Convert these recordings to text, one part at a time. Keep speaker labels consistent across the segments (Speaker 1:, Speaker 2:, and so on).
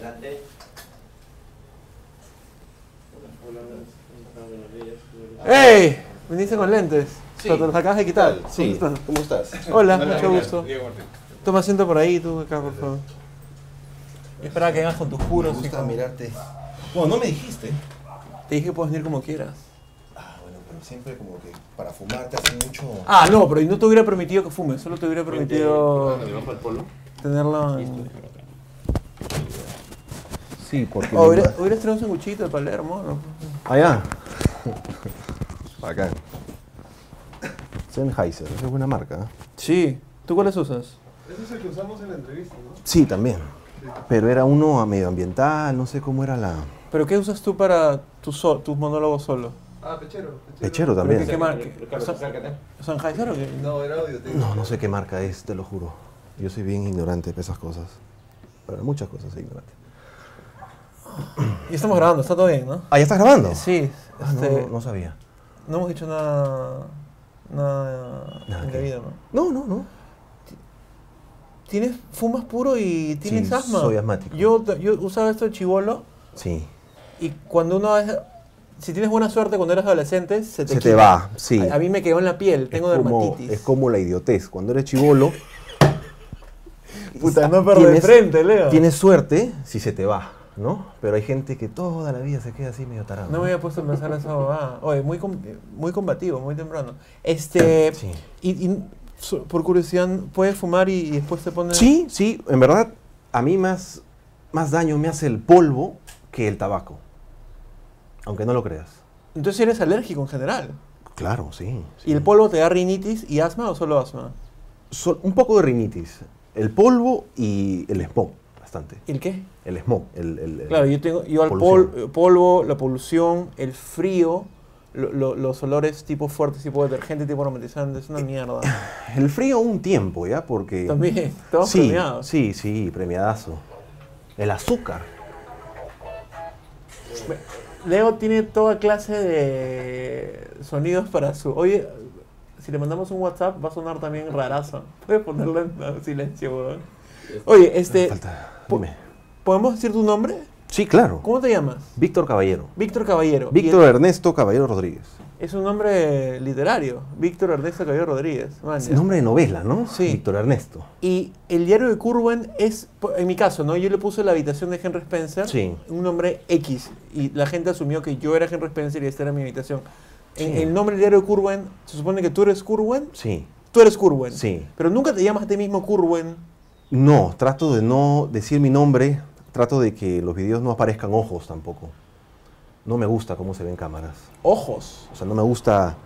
Speaker 1: grande.
Speaker 2: ¡Ey! Viniste con lentes.
Speaker 3: Sí.
Speaker 2: Te los acabas de quitar.
Speaker 3: Sí,
Speaker 2: ¿Cómo estás?
Speaker 3: ¿cómo estás?
Speaker 2: Hola,
Speaker 3: Hola,
Speaker 2: mucho
Speaker 3: hola.
Speaker 2: gusto.
Speaker 4: Diego Martín.
Speaker 2: Toma asiento por ahí, tú acá, por favor.
Speaker 5: Espera que vengas con tus
Speaker 3: Me
Speaker 5: puros.
Speaker 3: gusta
Speaker 5: hijo.
Speaker 3: mirarte. Bueno, no me dijiste.
Speaker 2: Te dije que puedes venir como quieras.
Speaker 3: Ah, bueno, pero siempre como que para fumar te hace mucho...
Speaker 2: Ah, no, pero no te hubiera permitido que fumes, solo te hubiera permitido
Speaker 1: Debajo del polo.
Speaker 2: tenerlo en...
Speaker 5: Sí, porque.
Speaker 3: Oh,
Speaker 2: O hubiera- hubieras traído un sanguchito de Palermo, ¿no?
Speaker 5: Allá.
Speaker 3: Bacán.
Speaker 5: Sennheiser, esa es buena marca. ¿eh?
Speaker 2: Sí. ¿Tú cuáles usas?
Speaker 4: Ese es el que usamos en la entrevista, ¿no?
Speaker 5: Sí, también. Pero era uno a medioambiental, no sé cómo era la.
Speaker 2: ¿Pero qué usas tú para tu so- tus monólogos solo?
Speaker 4: Ah, Pechero.
Speaker 5: Pechero
Speaker 2: ¿Pero
Speaker 5: también.
Speaker 2: ¿Qué, qué marca?
Speaker 1: Ricardo, acércate.
Speaker 2: ¿Sennheiser o qué?
Speaker 4: No, era Audioteca.
Speaker 5: No, no sé qué marca es, te lo juro. Yo soy bien ignorante de esas cosas. Para muchas cosas soy ignorante.
Speaker 2: Y estamos grabando, está todo bien, ¿no?
Speaker 5: Ah, ¿ya estás grabando?
Speaker 2: Sí.
Speaker 5: Ah, no,
Speaker 2: este,
Speaker 5: no, no sabía.
Speaker 2: No hemos dicho nada. nada.
Speaker 5: Nada que-
Speaker 2: indebido, ¿no?
Speaker 5: No, no, no.
Speaker 2: ¿Tienes, fumas puro y tienes
Speaker 5: Sí,
Speaker 2: asma?
Speaker 5: soy asmático.
Speaker 2: Yo, t- yo usaba esto de chivolo
Speaker 5: Sí.
Speaker 2: y cuando uno es. Si tienes buena suerte cuando eres adolescente, se te
Speaker 5: Se te
Speaker 2: quita.
Speaker 5: va, sí.
Speaker 2: A, a mí me quedó en la piel, tengo
Speaker 5: es como,
Speaker 2: dermatitis.
Speaker 5: es como la idiotez. Cuando eres chivolo,
Speaker 2: Puta, no perder de
Speaker 5: tienes-
Speaker 2: frente, Leo.
Speaker 5: tienes suerte si se te va, ¿no? Pero hay gente que toda la vida se queda así medio tarado.
Speaker 2: No me había puesto a pensar en esa bobada. Oye, muy, com- muy combativo, muy temprano. Este.
Speaker 5: Sí.
Speaker 2: Y, y so- por curiosidad, ¿puedes fumar y, y después te pones.
Speaker 5: Sí, sí, en verdad, a mí más, más daño me hace el polvo que el tabaco. Aunque no lo creas.
Speaker 2: Entonces eres alérgico en general.
Speaker 5: Claro, sí.
Speaker 2: ¿Y el
Speaker 5: polvo?
Speaker 2: polvo te da rinitis y asma o solo asma?
Speaker 5: un poco de rinitis. El polvo y el smog, bastante.
Speaker 2: ¿Y el qué?
Speaker 5: El smog, el... el- el-
Speaker 2: Claro, yo tengo yo al
Speaker 5: Polución.
Speaker 2: pol- eh, polvo, la polución, el frío, lo- lo- los olores tipo fuertes, tipo detergente, tipo aromatizante, es una mierda.
Speaker 5: el frío un tiempo, ¿ya? Porque...
Speaker 2: También, todos
Speaker 5: sí,
Speaker 2: premiados.
Speaker 5: Sí, sí, premiadazo. El azúcar.
Speaker 2: Leo tiene toda clase de sonidos para su. Oye, si le mandamos un WhatsApp va a sonar también rarazo. Puedes ponerlo en en silencio, weón. Oye, este,
Speaker 5: Falta.
Speaker 2: po-
Speaker 5: Dime.
Speaker 2: ¿podemos decir tu nombre?
Speaker 5: Sí, claro.
Speaker 2: ¿Cómo te llamas?
Speaker 5: Víctor Caballero.
Speaker 2: Víctor Caballero. Y
Speaker 5: Víctor Ernesto Caballero Rodríguez.
Speaker 2: Es un nombre literario, Víctor Ernesto Caballero Rodríguez. man, ya.
Speaker 5: Nombre de novela, ¿no?
Speaker 2: Sí.
Speaker 5: Víctor Ernesto.
Speaker 2: Y el diario de Curwen es, po- en mi caso, ¿no? Yo le puse la habitación de Henry Spencer,
Speaker 5: Sí.
Speaker 2: un nombre X, y la gente asumió que yo era Henry Spencer y esta era mi habitación. En
Speaker 5: Sí.
Speaker 2: el nombre del diario de Curwen, se supone que tú eres Curwen,
Speaker 5: Sí.
Speaker 2: tú eres Curwen.
Speaker 5: Sí.
Speaker 2: Pero nunca te llamas a ti mismo Curwen.
Speaker 5: No, trato de no decir mi nombre. Trato de que los videos no aparezcan ojos tampoco. No me gusta cómo se ven cámaras.
Speaker 2: Ojos.
Speaker 5: O sea, no me gusta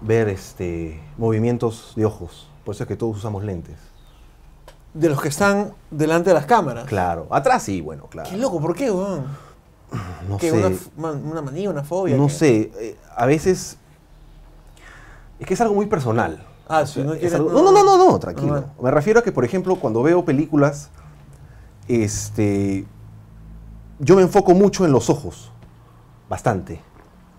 Speaker 5: ver este, movimientos de ojos. Por eso es que todos usamos lentes.
Speaker 2: De los que están delante de las cámaras.
Speaker 5: Claro. Atrás sí, bueno, claro.
Speaker 2: Qué loco, ¿por qué, weón?
Speaker 5: No
Speaker 2: ¿Qué,
Speaker 5: sé.
Speaker 2: Una, f- man- una manía, una fobia?
Speaker 5: No
Speaker 2: ¿Qué?
Speaker 5: sé, eh, a veces es que es algo muy personal.
Speaker 2: Ah,
Speaker 5: O
Speaker 2: si
Speaker 5: sea,
Speaker 2: no
Speaker 5: es
Speaker 2: quieres-
Speaker 5: algo- no, no, no, no, no, tranquilo.
Speaker 2: Ah,
Speaker 5: Me refiero a que, por ejemplo, cuando veo películas, este, yo me enfoco mucho en los ojos, bastante,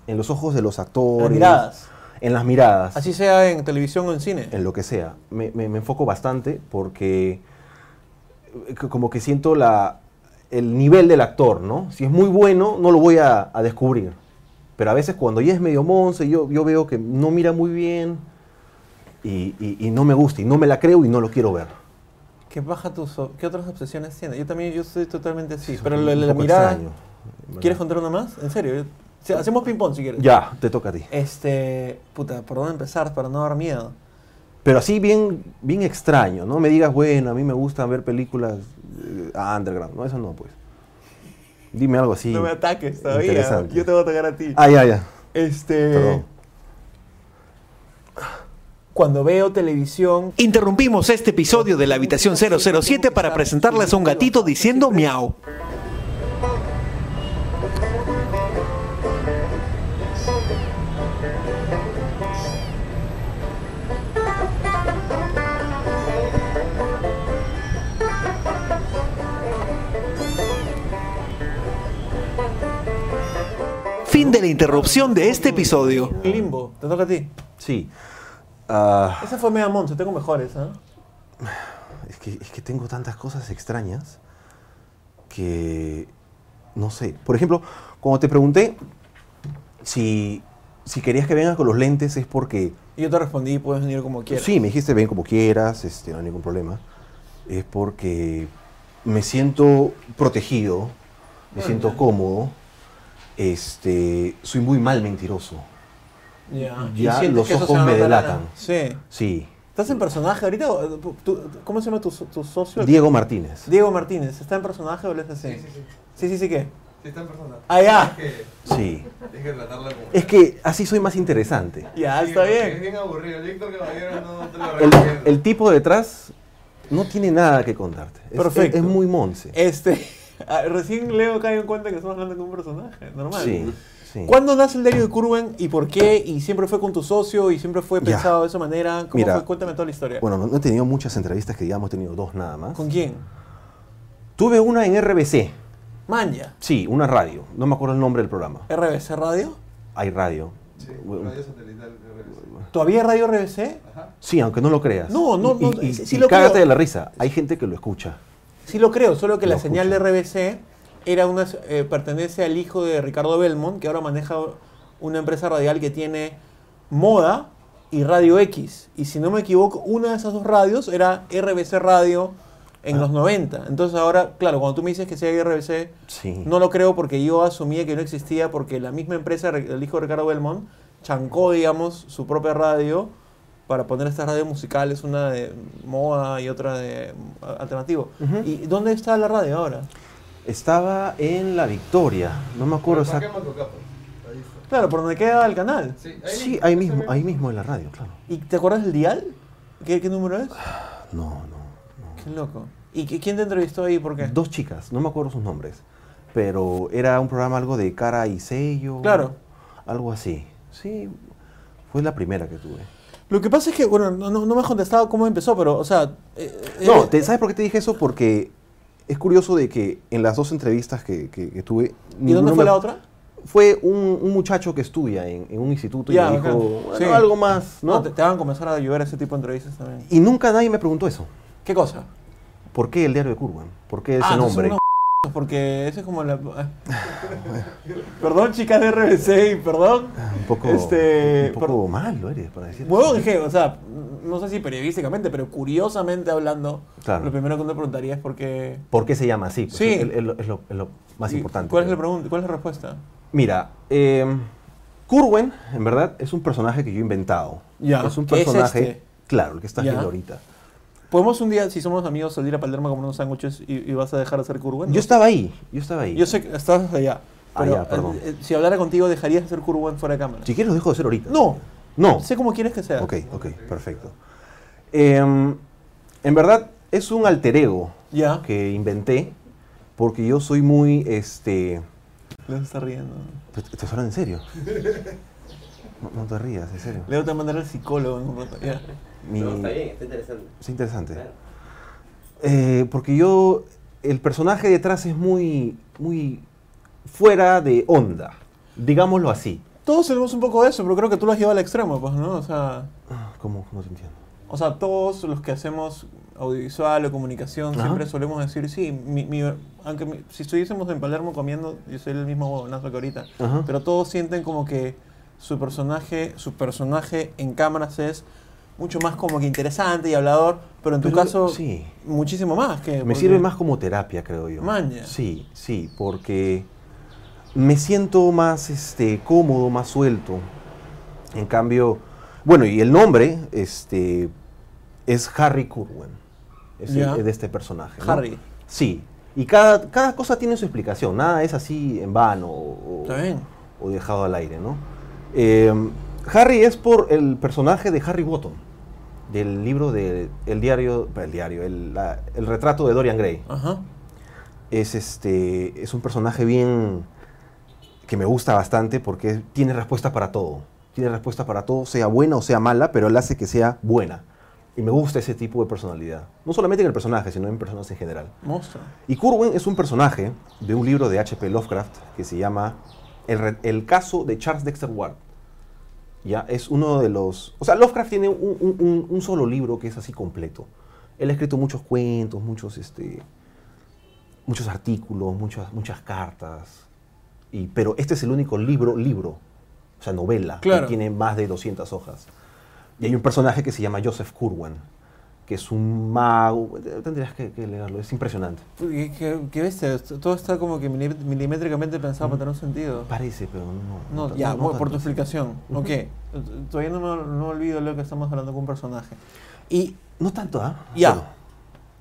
Speaker 5: en los ojos de los actores,
Speaker 2: Las miradas.
Speaker 5: en las miradas,
Speaker 2: Así sea en televisión o en cine.
Speaker 5: en lo que sea. Me, me- me enfoco bastante porque eh, c- como que siento la, el nivel del actor, ¿no? Si es muy bueno, no lo voy a, a descubrir. Pero a veces cuando ya es medio monce, yo, yo veo que no mira muy bien y, y- y no me gusta, y no me la creo y no lo quiero ver.
Speaker 2: ¿Qué, baja tus, o- ¿Qué otras obsesiones tienes? Yo también, yo soy totalmente así.
Speaker 5: Es
Speaker 2: pero
Speaker 5: un
Speaker 2: la, la
Speaker 5: poco
Speaker 2: mirada...
Speaker 5: extraño, en verdad.
Speaker 2: ¿Quieres contar una más? En serio. yo- si- Hacemos ping-pong si quieres.
Speaker 5: Ya, te toca a ti.
Speaker 2: Este. Puta, ¿por dónde empezar para no dar miedo?
Speaker 5: Pero así bien, bien extraño, ¿no? Me digas, bueno, a mí me gusta ver películas eh, underground. No, eso no, pues. Dime algo así.
Speaker 2: no me ataques todavía.
Speaker 5: interesante.
Speaker 2: Yo te voy a atacar a ti.
Speaker 5: Ah, ya, ya.
Speaker 2: Este.
Speaker 5: Perdón.
Speaker 2: Cuando veo televisión.
Speaker 1: Interrumpimos este episodio de la habitación 007 para presentarles a un gatito diciendo miau. Fin de la interrupción de este episodio.
Speaker 2: Limbo, te toca a ti.
Speaker 5: Sí. Ah,
Speaker 2: Esa fue Mega Monza, tengo mejores, ¿ah?
Speaker 5: es, que, es que tengo tantas cosas extrañas que no sé. Por ejemplo, cuando te pregunté si, si querías que vengas con los lentes es porque...
Speaker 2: Y yo te respondí, puedes venir como quieras.
Speaker 5: Sí, me dijiste ven como quieras, este, no hay ningún problema. Es porque me siento protegido, me siento cómodo, este, soy muy mal mentiroso.
Speaker 2: Ya,
Speaker 5: Ya
Speaker 2: Y sientes
Speaker 5: los
Speaker 2: que eso
Speaker 5: ojos
Speaker 2: se va a
Speaker 5: me
Speaker 2: notar ahora.
Speaker 5: delatan.
Speaker 2: Sí.
Speaker 5: Sí,
Speaker 2: ¿Estás en personaje ahorita? o- eh, tú- tú- ¿Cómo se llama tu, so- tu socio?
Speaker 5: Diego Martínez.
Speaker 2: Diego Martínez. ¿Está en personaje o lo es así?
Speaker 4: Sí, sí, sí.
Speaker 2: Sí, sí, sí, ¿qué?
Speaker 4: Sí, está en persona.
Speaker 2: Ah, ya.
Speaker 4: Tienes
Speaker 5: Sí.
Speaker 4: que- tienes que tratarla como.
Speaker 5: Es que así soy más interesante.
Speaker 2: Ya,
Speaker 4: Sí,
Speaker 2: está
Speaker 4: porque Es
Speaker 2: bien.
Speaker 4: bien aburrido. El Héctor Caballero no te lo
Speaker 5: El,
Speaker 4: recomiendo.
Speaker 5: el tipo detrás no tiene nada que contarte. Es,
Speaker 2: Perfecto.
Speaker 5: es- es muy monse.
Speaker 2: Este, ah, recién Leo cae en cuenta que estamos hablando con un personaje, normal.
Speaker 5: Sí, sí.
Speaker 2: ¿Cuándo nace el diario de Curwen y por qué? ¿Y siempre fue con tu socio y siempre fue
Speaker 5: Ya.
Speaker 2: pensado de esa manera? ¿Cómo
Speaker 5: Mira.
Speaker 2: fue? Cuéntame toda la historia.
Speaker 5: Bueno, no, no he tenido muchas entrevistas que digamos, he tenido dos nada más.
Speaker 2: ¿Con quién?
Speaker 5: Tuve una en RBC.
Speaker 2: Manja.
Speaker 5: Sí, una radio. No me acuerdo el nombre del programa.
Speaker 2: ¿RBC Radio?
Speaker 5: Hay radio.
Speaker 4: Sí,
Speaker 5: Bueno,
Speaker 4: radio satelital. creo que sí.
Speaker 2: ¿Todavía hay Radio RBC?
Speaker 5: Sí, aunque no lo creas.
Speaker 2: No, no,
Speaker 5: Y-
Speaker 2: no,
Speaker 5: y- y-
Speaker 2: sí, sí
Speaker 5: y
Speaker 2: lo creo.
Speaker 5: cágate de la risa. Hay gente que lo escucha.
Speaker 2: Sí lo creo, solo que la
Speaker 5: Lo
Speaker 2: señal de
Speaker 5: escucho.
Speaker 2: RBC era una, eh, pertenece al hijo de Ricardo Belmont, que ahora maneja una empresa radial que tiene Moda y Radio X. Y si no me equivoco, una de esas dos radios era RBC Radio
Speaker 5: Ah.
Speaker 2: en los 90. Entonces ahora, claro, cuando tú me dices que sí hay RBC,
Speaker 5: Sí.
Speaker 2: Mm. no lo creo porque yo asumía que no existía porque la misma empresa, re- el hijo de Ricardo Belmont, chancó, digamos, su propia radio para poner estas radios musicales, una de moda y otra de mm, a- alternativo.
Speaker 5: Ujú.
Speaker 2: ¿Y dónde está la radio ahora?
Speaker 5: Estaba en La Victoria. No me acuerdo
Speaker 4: Pero ¿para qué
Speaker 5: exactamente.
Speaker 4: Mancocapo? Ahí está.
Speaker 2: Claro, por donde queda el canal.
Speaker 4: Sí,
Speaker 5: Sí, ahí mismo,
Speaker 4: ese
Speaker 5: ahí mismo en la radio, claro.
Speaker 2: ¿Y te acuerdas del dial? ¿Qué, qué número es?
Speaker 5: No, no.
Speaker 2: Qué loco. ¿Y qué- quién te entrevistó ahí? ¿Por qué?
Speaker 5: Dos chicas, no me acuerdo sus nombres. Pero era un programa algo de cara y sello.
Speaker 2: Claro.
Speaker 5: Algo así. Sí, fue la primera que tuve.
Speaker 2: Lo que pasa es que, bueno, no, no- no me has contestado cómo empezó, pero, o sea... eh,
Speaker 5: No,
Speaker 2: eh,
Speaker 5: ¿te- ¿sabes por qué te dije eso? Porque es curioso de que en las dos entrevistas que, que- que tuve...
Speaker 2: ¿Y dónde
Speaker 5: ninguno
Speaker 2: fue
Speaker 5: me-
Speaker 2: la otra?
Speaker 5: Fue un, un muchacho que estudia en, en un instituto
Speaker 2: Ya,
Speaker 5: y me dijo,
Speaker 2: bacán.
Speaker 5: "Bueno,
Speaker 2: Sí.
Speaker 5: algo más,
Speaker 2: No,
Speaker 5: ¿no?
Speaker 2: Ah, te, te van a comenzar a llover ese tipo de entrevistas también.
Speaker 5: Y nunca nadie me preguntó eso.
Speaker 2: ¿Qué cosa?
Speaker 5: ¿Por qué el diario de Curwan? ¿Por qué ese
Speaker 2: Ah, entonces
Speaker 5: nombre?
Speaker 2: unos Porque ese es como la... perdón, chicas de RBC, y perdón.
Speaker 5: Un poco,
Speaker 2: Este,
Speaker 5: un poco malo eres para decir
Speaker 2: Huevón, es que, o sea, no sé si periodísticamente, pero curiosamente hablando,
Speaker 5: Claro.
Speaker 2: lo primero que uno preguntaría es por qué...
Speaker 5: ¿Por qué se llama así? Pues
Speaker 2: Sí.
Speaker 5: Es, es lo, es lo- es lo más
Speaker 2: ¿Y
Speaker 5: importante.
Speaker 2: ¿Cuál es, la
Speaker 5: creo.
Speaker 2: pregunta? ¿Cuál es la respuesta?
Speaker 5: Mira, eh, Curwen, en verdad, es un personaje que yo he inventado.
Speaker 2: Ya,
Speaker 5: Es un
Speaker 2: ¿qué es
Speaker 5: personaje,
Speaker 2: este?
Speaker 5: claro, el que estás
Speaker 2: Ya.
Speaker 5: viendo ahorita.
Speaker 2: ¿Podemos un día, si somos amigos, salir a Palermo a comer unos sándwiches y, y vas a dejar de hacer curwen?
Speaker 5: Yo estaba ahí, yo estaba ahí.
Speaker 2: Yo sé que estás allá.
Speaker 5: Ah,
Speaker 2: Pero,
Speaker 5: ya, perdón.
Speaker 2: eh, eh, si hablara contigo, ¿dejarías de hacer curwen fuera de cámara?
Speaker 5: Si quieres lo dejo de hacer ahorita.
Speaker 2: No.
Speaker 5: No.
Speaker 2: Sé cómo quieres que sea.
Speaker 5: Ok, ok, perfecto. Eh, en verdad, es un alter ego
Speaker 2: Ya.
Speaker 5: que inventé porque yo soy muy, este... pues,
Speaker 2: Leo se está riendo.
Speaker 5: ¿Te estás hablando en serio? No, no te rías, en serio.
Speaker 2: Leo te va a mandar al psicólogo en un rato. Ya.
Speaker 5: Mi-
Speaker 6: No, está bien, está interesante.
Speaker 5: Es interesante.
Speaker 6: Claro.
Speaker 5: Eh, porque yo, el personaje detrás es muy, muy fuera de onda, digámoslo así.
Speaker 2: Todos tenemos un poco de eso, pero creo que tú lo has llevado al extremo, pues, ¿no? O sea,
Speaker 5: Ah, ¿Cómo? No te entiendo.
Speaker 2: o sea todos los que hacemos audiovisual o comunicación
Speaker 5: Ajá.
Speaker 2: siempre solemos decir, sí, mi- mi- aunque mi- si estuviésemos en Palermo comiendo, yo soy el mismo huevonazo que ahorita,
Speaker 5: Ajá.
Speaker 2: pero todos sienten como que su personaje, su personaje en cámaras es mucho más como que interesante y hablador, pero en tu
Speaker 5: Pero,
Speaker 2: caso,
Speaker 5: sí.
Speaker 2: muchísimo más. Que
Speaker 5: Me
Speaker 2: porque-
Speaker 5: sirve más como terapia, creo yo.
Speaker 2: Maña.
Speaker 5: Sí, sí, porque me siento más este, cómodo, más suelto. En cambio, bueno, y el nombre este, es Harry Curwen, es el-
Speaker 2: Ya.
Speaker 5: de este personaje. ¿no?
Speaker 2: Harry.
Speaker 5: Sí, y cada, cada cosa tiene su explicación, nada es así en vano o,
Speaker 2: Está bien.
Speaker 5: o dejado al aire, ¿no? Eh, Harry es por el personaje de Harry Wotton, del libro de El diario, pues, el diario, el, la- el retrato de Dorian Gray.
Speaker 2: Ajá.
Speaker 5: Es, este, es un personaje bien que me gusta bastante porque tiene respuesta para todo. Tiene respuesta para todo, sea buena o sea mala, pero él hace que sea buena. Y me gusta ese tipo de personalidad. No solamente en el personaje, sino en personas en general.
Speaker 2: Monstruo.
Speaker 5: Y Curwen es un personaje de un libro de H.P. Lovecraft que se llama el, re- El caso de Charles Dexter Ward. Ya, es uno de los... O sea, Lovecraft tiene un, un- un- un solo libro que es así completo. Él ha escrito muchos cuentos, muchos, este... muchos artículos, muchas, muchas cartas. Y, pero este es el único libro, libro, o sea, novela,
Speaker 2: Claro.
Speaker 5: que tiene más de 200 hojas. Y hay un personaje que se llama Joseph Curwen, que es un mago. Tendrías que, que leerlo, es impresionante.
Speaker 2: Uy, ¿Qué, qué, qué bestia, esto- todo está como que mili- milimétricamente pensado para tener un sentido.
Speaker 5: Parece, pero no.
Speaker 2: Mm. No, ya, bueno, por
Speaker 5: tanto.
Speaker 2: tu explicación. Ok, t- todavía no, me- no olvido lo que estamos hablando con un personaje. Y,
Speaker 5: No tanto, ¿ah?
Speaker 2: Ya.
Speaker 5: Pero-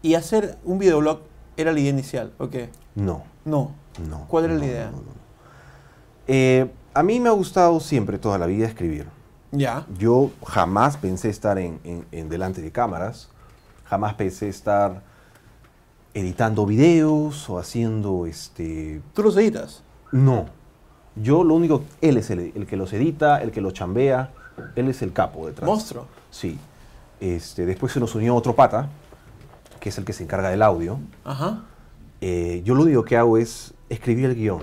Speaker 2: y hacer un videoblog era la idea inicial, ok.
Speaker 5: No,
Speaker 2: No,
Speaker 5: no.
Speaker 2: ¿Cuál era la
Speaker 5: no,
Speaker 2: idea?
Speaker 5: no, no, no. Eh, a mí me ha gustado siempre, toda la vida, escribir.
Speaker 2: ya.
Speaker 5: Yo jamás pensé estar en, en- en delante de cámaras, jamás pensé estar editando videos o haciendo este.
Speaker 2: Tú los editas.
Speaker 5: No. Yo lo único, él es el, el que los edita, el que los chambea, él es el capo detrás.
Speaker 2: Monstruo.
Speaker 5: Sí. Este, después se nos unió otro pata, que es el que se encarga del audio.
Speaker 2: Ajá.
Speaker 5: Eh, yo lo único que hago es escribir el guión.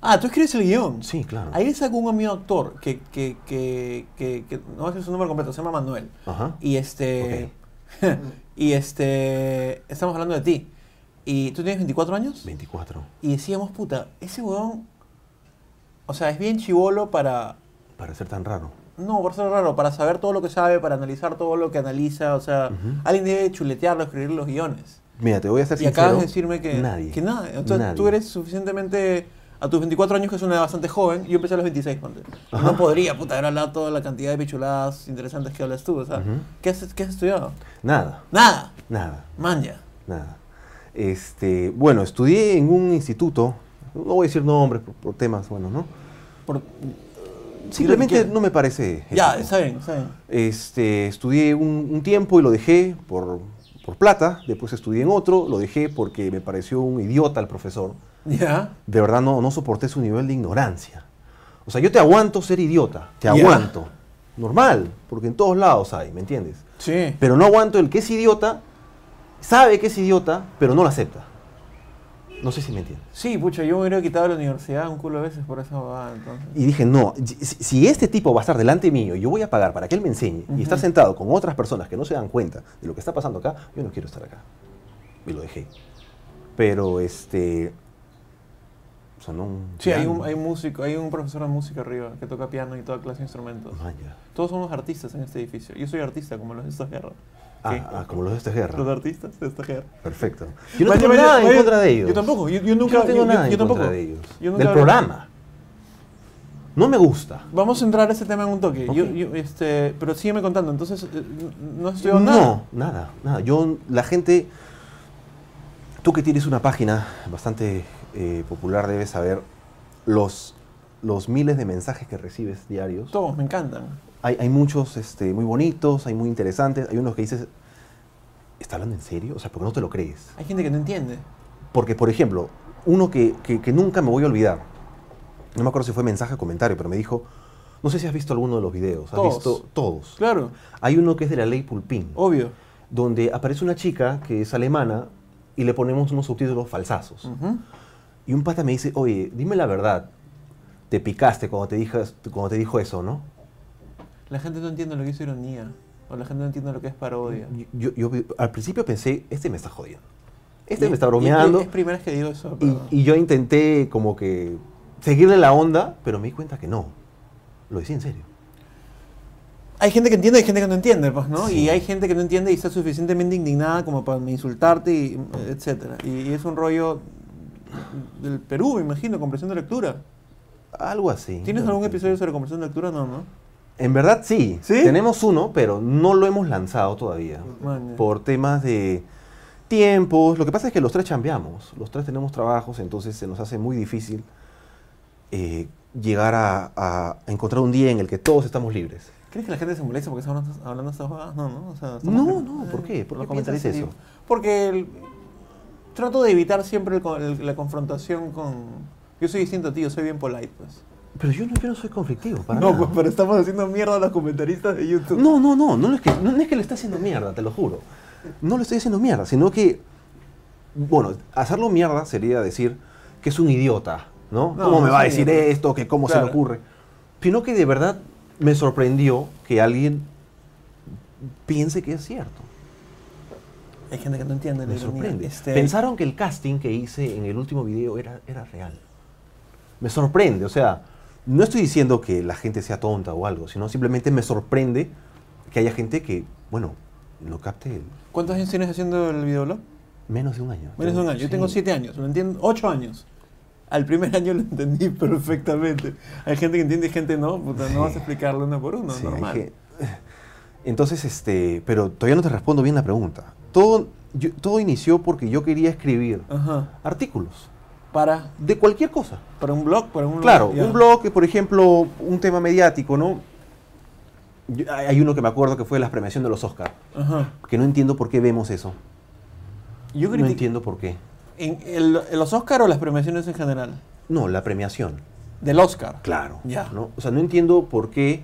Speaker 2: Ah, tú escribes el guión.
Speaker 5: Sí, claro.
Speaker 2: Ahí le saco un amigo actor que, que, que, que, que- no ese es su nombre completo, se llama Manuel.
Speaker 5: Ajá.
Speaker 2: Y este. y este. Estamos hablando de ti. Y tú tienes 24 años.
Speaker 5: 24.
Speaker 2: Y decíamos, puta, ese huevón. O sea, es bien chivolo para.
Speaker 5: Para ser tan raro.
Speaker 2: No, por ser raro, para saber todo lo que sabe, para analizar todo lo que analiza. O sea,
Speaker 5: Ujú.
Speaker 2: alguien debe chuletearlo, escribir los guiones.
Speaker 5: Mira, te voy a hacer
Speaker 2: Y
Speaker 5: sincero.
Speaker 2: acabas de decirme que
Speaker 5: Nadie.
Speaker 2: que nada. Entonces
Speaker 5: Nadie.
Speaker 2: tú eres suficientemente. A tus 24 años, que es una edad bastante joven, yo empecé a los 26, ponte. No podría, puta, haber hablado toda la cantidad de pichuladas interesantes que hablas tú. O sea,
Speaker 5: Ujú.
Speaker 2: ¿qué, has, ¿qué has estudiado?
Speaker 5: Nada,
Speaker 2: Nada.
Speaker 5: nada,
Speaker 2: Manja.
Speaker 5: nada. Este, bueno, estudié en un instituto. No voy a decir nombres por, por temas, bueno, ¿no?
Speaker 2: Por-
Speaker 5: Simplemente
Speaker 2: quieres.
Speaker 5: no me parece.
Speaker 2: Ya,
Speaker 5: ético.
Speaker 2: está bien, está bien.
Speaker 5: Este, estudié un, un tiempo y lo dejé por, por plata. Después estudié en otro, lo dejé porque me pareció un idiota el profesor.
Speaker 2: Ya.
Speaker 5: de verdad no, no soporté su nivel de ignorancia. O sea, yo te aguanto ser idiota, te
Speaker 2: Ya.
Speaker 5: aguanto. Normal, porque en todos lados hay, ¿me entiendes?
Speaker 2: Sí.
Speaker 5: Pero no aguanto el que es idiota, sabe que es idiota, pero no lo acepta. No sé si me entiendes.
Speaker 2: Sí, pucha, yo me hubiera quitado la universidad un culo de veces por esa bobada, entonces.
Speaker 5: Y dije, no, si, si este tipo va a estar delante mío y yo voy a pagar para que él me enseñe y estar sentado con otras personas que no se dan cuenta de lo que está pasando acá, yo no quiero estar acá. Y lo dejé. Pero este... Sonó un...
Speaker 2: Sí, hay
Speaker 5: piano.
Speaker 2: un, hay un músico, hay un profesor de música arriba que toca piano y toda clase de instrumentos.
Speaker 5: Man, Ah, ya.
Speaker 2: Todos somos artistas en este edificio. Yo soy artista, como los de esta guerra.
Speaker 5: Ah,
Speaker 2: ¿Qué?
Speaker 5: ah, como los de esta
Speaker 2: Los
Speaker 5: guerra.
Speaker 2: artistas de esta guerra.
Speaker 5: Perfecto. Yo no
Speaker 2: Vaya,
Speaker 5: tengo
Speaker 2: vaya,
Speaker 5: nada en
Speaker 2: vaya.
Speaker 5: contra de ellos.
Speaker 2: Yo tampoco, yo, yo nunca
Speaker 5: Yo no tengo
Speaker 2: yo-
Speaker 5: nada
Speaker 2: yo
Speaker 5: en
Speaker 2: tampoco.
Speaker 5: contra de ellos.
Speaker 2: Yo nunca
Speaker 5: Del
Speaker 2: hablo-
Speaker 5: programa. No me gusta.
Speaker 2: Vamos a entrar a ese tema en un toque. Yo-
Speaker 5: Ok.
Speaker 2: yo, este, pero sígueme contando. Entonces, eh, n- no estoy
Speaker 5: No, nada, nada. Yo, la gente. Tú que tienes una página bastante eh, popular, debes saber los, los miles de mensajes que recibes diarios.
Speaker 2: Todos me encantan.
Speaker 5: Hay, hay muchos este, muy bonitos, hay muy interesantes. Hay unos que dices, ¿está hablando en serio? O sea, porque no te lo crees.
Speaker 2: Hay gente que no entiende.
Speaker 5: Porque, por ejemplo, uno que, que- que nunca me voy a olvidar, no me acuerdo si fue mensaje o comentario, pero me dijo, no sé si has visto alguno de los videos, has
Speaker 2: Todos. Oh.
Speaker 5: visto todos.
Speaker 2: Claro,
Speaker 5: Hay uno que es de la ley Pulpín,
Speaker 2: obvio.
Speaker 5: donde aparece una chica que es alemana y le ponemos unos subtítulos falsazos.
Speaker 2: Ujú.
Speaker 5: Y un pata me dice, oye, dime la verdad, te picaste cuando te, dijas- cuando te dijo eso, ¿no?
Speaker 2: La gente no entiende lo que es ironía. O la gente no entiende lo que es parodia.
Speaker 5: Yo, yo- yo al principio pensé, este me está jodiendo, este
Speaker 2: Y-
Speaker 5: me está
Speaker 2: y-
Speaker 5: bromeando.
Speaker 2: y Es primera vez que digo eso.
Speaker 5: Y,
Speaker 2: pero-
Speaker 5: y yo intenté como que seguirle la onda, pero me di cuenta que no. Lo decía en serio.
Speaker 2: Hay gente que entiende y hay gente que no entiende, pues, ¿no?
Speaker 5: Sí.
Speaker 2: Y hay gente que no entiende y está suficientemente indignada como para insultarte, y, etcétera. Y, y es un rollo del Perú, me imagino, comprensión de lectura.
Speaker 5: Algo así.
Speaker 2: ¿Tienes algún episodio sobre comprensión de lectura? No, ¿no?
Speaker 5: En verdad sí.
Speaker 2: ¿Sí? Mm,
Speaker 5: Tenemos uno, pero no lo hemos lanzado todavía.
Speaker 2: Man,
Speaker 5: Por temas de tiempos. Lo que pasa es que los tres chambeamos. Los tres tenemos trabajos, entonces se nos hace muy difícil eh, llegar a, a encontrar un día en el que todos estamos libres.
Speaker 2: ¿Crees que la gente se molesta porque estamos hablando- hablando de estas cosas? No, no. O sea, estamos-
Speaker 5: No, no, ¿por qué? ¿Por
Speaker 2: Los
Speaker 5: qué piensas
Speaker 2: comentaristas,
Speaker 5: eso?
Speaker 2: digo. Porque el- trato de evitar siempre el co- el- la confrontación con... Yo soy distinto a ti, yo soy bien polite, pues.
Speaker 5: Pero yo no, yo no soy conflictivo, para
Speaker 2: no,
Speaker 5: nada.
Speaker 2: pues, pero estamos haciendo mierda a los comentaristas de YouTube.
Speaker 5: No, no, no, no es, que, no es que lo esté haciendo mierda, te lo juro. No lo estoy haciendo mierda, sino que, bueno, hacerlo mierda sería decir que es un idiota, ¿no?
Speaker 2: No,
Speaker 5: ¿Cómo me
Speaker 2: no
Speaker 5: va a
Speaker 2: es un
Speaker 5: decir
Speaker 2: idiota.
Speaker 5: esto? que ¿Cómo se
Speaker 2: Claro.
Speaker 5: le ocurre? Sino que de verdad me sorprendió que alguien piense que es cierto.
Speaker 2: Hay gente que no entiende la
Speaker 5: Me
Speaker 2: ironía.
Speaker 5: sorprende.
Speaker 2: Este,
Speaker 5: Pensaron que el casting que hice en el último video era, era real. Me sorprende, o sea, no estoy diciendo que la gente sea tonta o algo, sino simplemente me sorprende que haya gente que, bueno, no capte el-
Speaker 2: ¿Cuántos años tienes haciendo el videoblog?
Speaker 5: menos de un año.
Speaker 2: Menos de un año. Yo
Speaker 5: Sí.
Speaker 2: tengo siete años, lo entiendo. Ocho años. Al primer año lo entendí perfectamente. Hay gente que entiende y gente no. Puta, no vas a explicarlo uno por uno,
Speaker 5: Sí, hay
Speaker 2: normal.
Speaker 5: que- Entonces, este, pero todavía no te respondo bien la pregunta. Todo, yo- todo inició porque yo quería escribir
Speaker 2: Ajá.
Speaker 5: artículos
Speaker 2: Para,
Speaker 5: de cualquier cosa.
Speaker 2: para un blog, para un
Speaker 5: Claro,
Speaker 2: ya.
Speaker 5: un blog que, por ejemplo, un tema mediático, ¿no? Yo- hay hay uno que me acuerdo que fue la premiación de los Oscar,
Speaker 2: Ajá.
Speaker 5: que no entiendo por qué vemos eso.
Speaker 2: Yo
Speaker 5: no
Speaker 2: critico-
Speaker 5: entiendo por qué.
Speaker 2: ¿En el- en los Oscar o las premiaciones en general?
Speaker 5: No, la premiación.
Speaker 2: Del Oscar.
Speaker 5: Claro.
Speaker 2: Ya.
Speaker 5: ¿no? O sea, no entiendo por qué